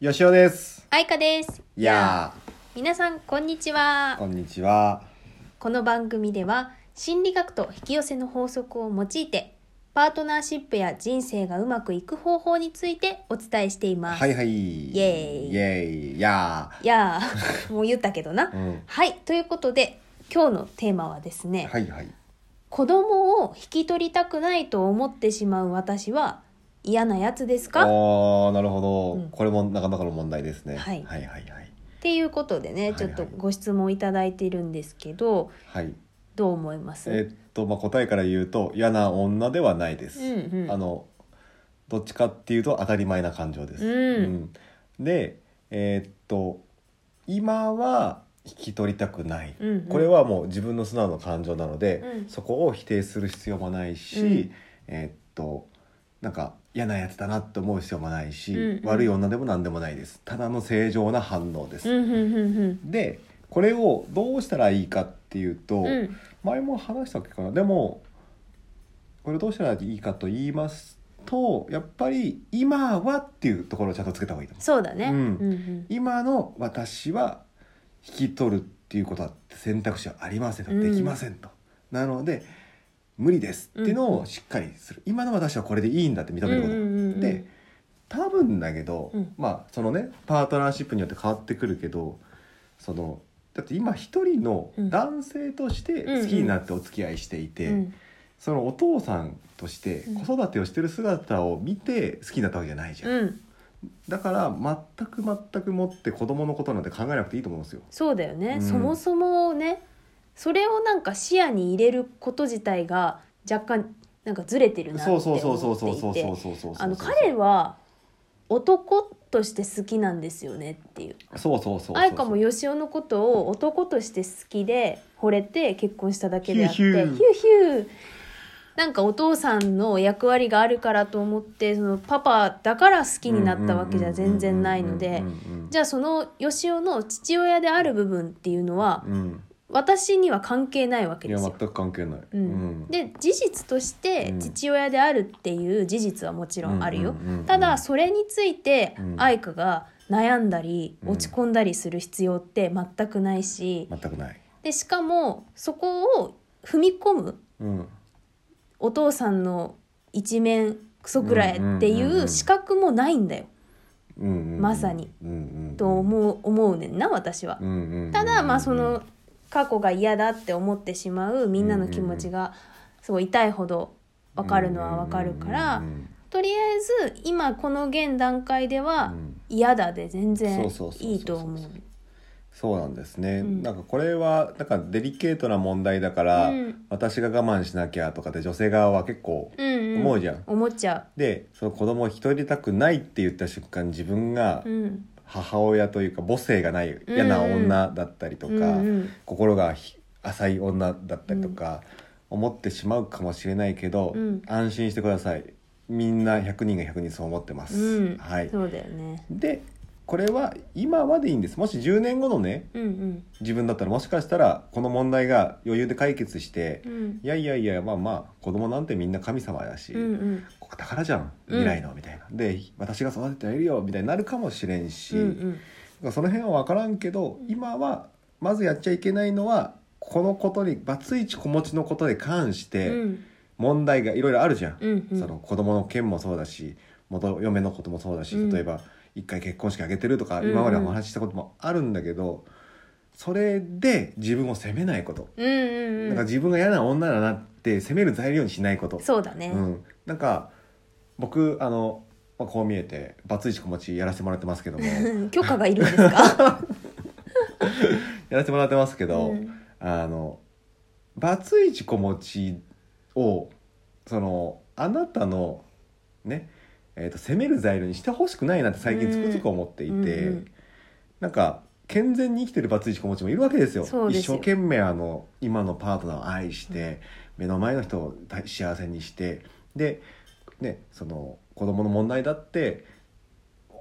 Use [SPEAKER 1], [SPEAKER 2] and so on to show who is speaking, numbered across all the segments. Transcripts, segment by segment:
[SPEAKER 1] よしおです。
[SPEAKER 2] あいかです。
[SPEAKER 1] いや
[SPEAKER 2] 皆さんこんにち
[SPEAKER 1] ー、
[SPEAKER 2] は。
[SPEAKER 1] こんにちは。
[SPEAKER 2] この番組では心理学と引き寄せの法則を用いてパートナーシップや人生がうまくいく方法についてお伝えしています。
[SPEAKER 1] はいはい。
[SPEAKER 2] イエーイ
[SPEAKER 1] イエーイ。いや
[SPEAKER 2] いやー もう言ったけどな。
[SPEAKER 1] ー。うん。
[SPEAKER 2] はいということで今日のテーマはですね、
[SPEAKER 1] はいはい。
[SPEAKER 2] 子供を引き取りたくないと思ってしまう私は嫌なやつです
[SPEAKER 1] あ
[SPEAKER 2] かっ
[SPEAKER 1] ー、なるほど、
[SPEAKER 2] うん
[SPEAKER 1] これもなかなかの問題ですね。
[SPEAKER 2] はい
[SPEAKER 1] はいはいはい。
[SPEAKER 2] ていうことで
[SPEAKER 1] は
[SPEAKER 2] ね
[SPEAKER 1] い
[SPEAKER 2] ちょっとご質問いただいているんですけど
[SPEAKER 1] はい。
[SPEAKER 2] どう思います、
[SPEAKER 1] えーっと、まあ、答えから言うと、嫌な女ではないです。
[SPEAKER 2] うんうん
[SPEAKER 1] あの、どっちかっていうと当たり前な感情です。
[SPEAKER 2] うん
[SPEAKER 1] うんで、えーっと、今は引き取りたくない。
[SPEAKER 2] うんうん
[SPEAKER 1] これはもう自分の素直な感情なので、
[SPEAKER 2] うん
[SPEAKER 1] そこを否定する必要もないし、
[SPEAKER 2] うん
[SPEAKER 1] えーっとなんか嫌なやつだなって思う必要もないし、
[SPEAKER 2] うんうん
[SPEAKER 1] 悪い女でも何でもないですただの正常な反応です。
[SPEAKER 2] うんうんうんうん
[SPEAKER 1] でこれをどうしたらいいかっていうと、
[SPEAKER 2] うん
[SPEAKER 1] 前も話したっけかなでもこれどうしたらいいかと言いますとやっぱり「今は」っていうところをちゃんとつけた方がいいと思う。
[SPEAKER 2] そうだね。
[SPEAKER 1] うん
[SPEAKER 2] うん
[SPEAKER 1] 今の私は引き取るっていうことは選択肢はありませんと、
[SPEAKER 2] うん
[SPEAKER 1] できませんとなので無理ですっていうのをしっかりする、今の私はこれでいいんだって認
[SPEAKER 2] うん
[SPEAKER 1] めること、
[SPEAKER 2] うんうんうん
[SPEAKER 1] で多分だけど、
[SPEAKER 2] うん
[SPEAKER 1] まあそのねパートナーシップによって変わってくるけどそのだって今一人の男性として好きになってお付き合いしていて、
[SPEAKER 2] うん
[SPEAKER 1] そのお父さんとして
[SPEAKER 2] うん
[SPEAKER 1] 子育てをしてる姿を見て好きになったわけじゃないじゃん
[SPEAKER 2] うん、
[SPEAKER 1] だから全く全くもって子供のことなんて考えなくていいと思うんですよ。
[SPEAKER 2] そうだよ
[SPEAKER 1] う
[SPEAKER 2] ね、
[SPEAKER 1] ん
[SPEAKER 2] そもそもねそれをなんか視野に入れること自体が若干なんかずれてるなって
[SPEAKER 1] そ
[SPEAKER 2] 思
[SPEAKER 1] う
[SPEAKER 2] って
[SPEAKER 1] そ
[SPEAKER 2] いうて
[SPEAKER 1] そうそうそうそうそうそうそう。
[SPEAKER 2] あの彼は男として好きなんですよねっていう
[SPEAKER 1] そうそうそうそう。
[SPEAKER 2] 愛花もよしおのことを男として好きで惚れて結婚しただけであって
[SPEAKER 1] ヒ
[SPEAKER 2] ヒ
[SPEAKER 1] ュ
[SPEAKER 2] ュ
[SPEAKER 1] ーヒュ
[SPEAKER 2] ー
[SPEAKER 1] ー
[SPEAKER 2] ヒューなんかお父さんの役割があるからと思ってそのパパだから好きになったわけじゃ全然ないので
[SPEAKER 1] うんうんうんうん
[SPEAKER 2] じゃあそのよしおの父親である部分っていうのは
[SPEAKER 1] うんうん
[SPEAKER 2] 私には関係ないわ
[SPEAKER 1] う
[SPEAKER 2] け
[SPEAKER 1] ん。い
[SPEAKER 2] で
[SPEAKER 1] や
[SPEAKER 2] す
[SPEAKER 1] 全
[SPEAKER 2] よ。
[SPEAKER 1] く関係ない。
[SPEAKER 2] うん、で事実として
[SPEAKER 1] うん
[SPEAKER 2] 父親であるっていう事実はもちろんあるよ
[SPEAKER 1] うんうんうんうん。
[SPEAKER 2] ただそれについて
[SPEAKER 1] うん
[SPEAKER 2] 愛花が悩んだり
[SPEAKER 1] うん
[SPEAKER 2] 落ち込んだりする必要って全くないし
[SPEAKER 1] 全くない。
[SPEAKER 2] でしかもそこを踏み込む
[SPEAKER 1] うん。
[SPEAKER 2] お父さんの一面クソくらいってい
[SPEAKER 1] んうんうんう
[SPEAKER 2] うんう資格もないんだよ
[SPEAKER 1] うんうんうん。
[SPEAKER 2] まさに
[SPEAKER 1] うんうんうん。
[SPEAKER 2] と思う思うねんな私は
[SPEAKER 1] う。んうんうんうん。
[SPEAKER 2] ただまあその過去が嫌だって思ってしまうみんなの気持ちがすごい痛いほど分かるのは分かるから
[SPEAKER 1] うんうん
[SPEAKER 2] とりあえず今この現段階で
[SPEAKER 1] う
[SPEAKER 2] は
[SPEAKER 1] ん
[SPEAKER 2] 嫌だで全然
[SPEAKER 1] そうそうそうそうそう
[SPEAKER 2] いいと思う。
[SPEAKER 1] そうなんですね。
[SPEAKER 2] うん
[SPEAKER 1] なんかこれはなんかデリケートな問題だから
[SPEAKER 2] うん
[SPEAKER 1] 私が我慢しなきゃとかで女性側は結構
[SPEAKER 2] うん
[SPEAKER 1] 思うじゃん。
[SPEAKER 2] 思っちゃ
[SPEAKER 1] でその子供を引き取りたくないって言った瞬間自分が
[SPEAKER 2] う。うん、
[SPEAKER 1] 母親というか母性がない嫌な女だったりとか、
[SPEAKER 2] うんうん
[SPEAKER 1] 心がひ浅い女だったりとか思ってしまうかもしれないけど、
[SPEAKER 2] うん
[SPEAKER 1] 安心してくださいみんな100人が100人そう思ってます。
[SPEAKER 2] うん
[SPEAKER 1] はい、
[SPEAKER 2] そうだよね。
[SPEAKER 1] でこれは今までいいんですもし10年後のね
[SPEAKER 2] うん
[SPEAKER 1] 自分だったらもしかしたらこの問題が余裕で解決して、
[SPEAKER 2] うんう
[SPEAKER 1] い
[SPEAKER 2] ん
[SPEAKER 1] やいやいやまあまあ子供なんてみんな神様だし、
[SPEAKER 2] うんうん
[SPEAKER 1] ここ宝じゃん
[SPEAKER 2] うん
[SPEAKER 1] 未来のみたいな、で私が育ててあげるよみたいになるかもしれんし、
[SPEAKER 2] うんうん
[SPEAKER 1] その辺は分からんけど今はまずやっちゃいけないのはこのことにバツイチ子持ちのことに関し
[SPEAKER 2] う
[SPEAKER 1] て
[SPEAKER 2] ん
[SPEAKER 1] 問題がいろいろあるじゃん、
[SPEAKER 2] うんうん
[SPEAKER 1] その子供の件もそうだし元嫁のこともそうだし、
[SPEAKER 2] うん
[SPEAKER 1] 例えば一回結婚式あげてるとか
[SPEAKER 2] うんうん
[SPEAKER 1] 今までお話ししたこともあるんだけど、それで自分を責めないこと、
[SPEAKER 2] うんうん
[SPEAKER 1] なん
[SPEAKER 2] う
[SPEAKER 1] か
[SPEAKER 2] ん
[SPEAKER 1] 自分が嫌な女だなって責める材料にしないこと
[SPEAKER 2] そうだね。
[SPEAKER 1] うん、なんか僕あの、まあ、こう見えてバツイチ子持ちやらせてもらってますけど もや
[SPEAKER 2] 許可がいるんです か。
[SPEAKER 1] らせてもらってますけど、
[SPEAKER 2] うん
[SPEAKER 1] あのバツイチ子持ちをそのあなたのねえー、と責める材料にしてほしくないなって最近つくづく思っていて、
[SPEAKER 2] うんうん
[SPEAKER 1] なんか健全に生きてるバツイチ子持ちもいるわけですよ
[SPEAKER 2] そうです
[SPEAKER 1] 一
[SPEAKER 2] よ
[SPEAKER 1] 生懸命あの今のパートナーを愛して、目の前の人を大幸せにしてで、ね、その子供の問題だって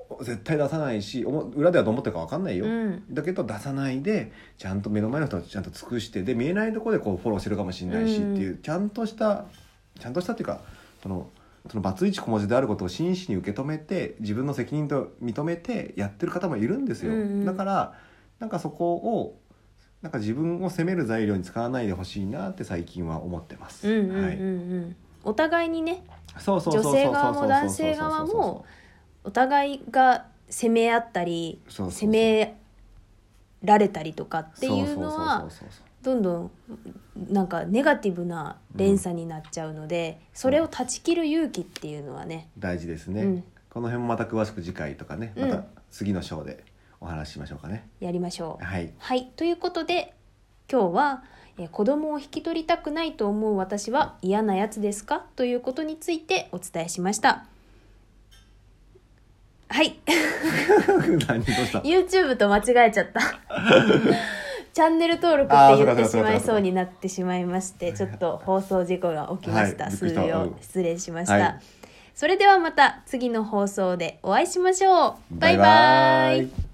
[SPEAKER 1] お絶対出さないしおも裏ではどう思ってるか分かんないよ、
[SPEAKER 2] うん
[SPEAKER 1] だけど出さないでちゃんと目の前の人をちゃんと尽くしてで見えないところでこうフォローしてるかもしれないしっていう、
[SPEAKER 2] う
[SPEAKER 1] ちゃんとしたちゃんとしたっていうかそのそのバツイチ小文字であることを真摯に受け止めて自分の責任と認めてやってる方もいるんですよ、
[SPEAKER 2] うんうん
[SPEAKER 1] だからなんかそこをなんか自分を責める材料に使わないでほしいなって最近は思ってます。
[SPEAKER 2] うんうんうん
[SPEAKER 1] はい、
[SPEAKER 2] うんお互いにね
[SPEAKER 1] そうそうそうそう
[SPEAKER 2] 女性側も男性側もお互いが責め合ったり
[SPEAKER 1] そうそうそう
[SPEAKER 2] 責められたりとかっていうのは
[SPEAKER 1] そうそうそうそう
[SPEAKER 2] どんどんなんかネガティブな連鎖になっちゃうので、それを断ち切る勇気っていうのはね
[SPEAKER 1] 大事ですね、
[SPEAKER 2] うん
[SPEAKER 1] この辺もまた詳しく次回とかね
[SPEAKER 2] う
[SPEAKER 1] ま
[SPEAKER 2] ん
[SPEAKER 1] た次の章でお話ししましょうかね、
[SPEAKER 2] やりましょう。
[SPEAKER 1] はい
[SPEAKER 2] はいということで今日は、えー子供を引き取りたくないと思う私は嫌なやつですか?」ということについてお伝えしました。はい、
[SPEAKER 1] 何どうした
[SPEAKER 2] YouTube と間違えち ゃった。チャンネル登録
[SPEAKER 1] あー
[SPEAKER 2] って
[SPEAKER 1] そうか
[SPEAKER 2] 言ってし
[SPEAKER 1] そうか
[SPEAKER 2] まい
[SPEAKER 1] そうか
[SPEAKER 2] そうになってしまいまして、ちょっと放送事故が起きました。
[SPEAKER 1] はいびっくり
[SPEAKER 2] 数
[SPEAKER 1] した
[SPEAKER 2] 秒
[SPEAKER 1] うん
[SPEAKER 2] 失礼しました、
[SPEAKER 1] はい
[SPEAKER 2] それではまた次の放送でお会いしましょう。バイバイ。
[SPEAKER 1] バイバイ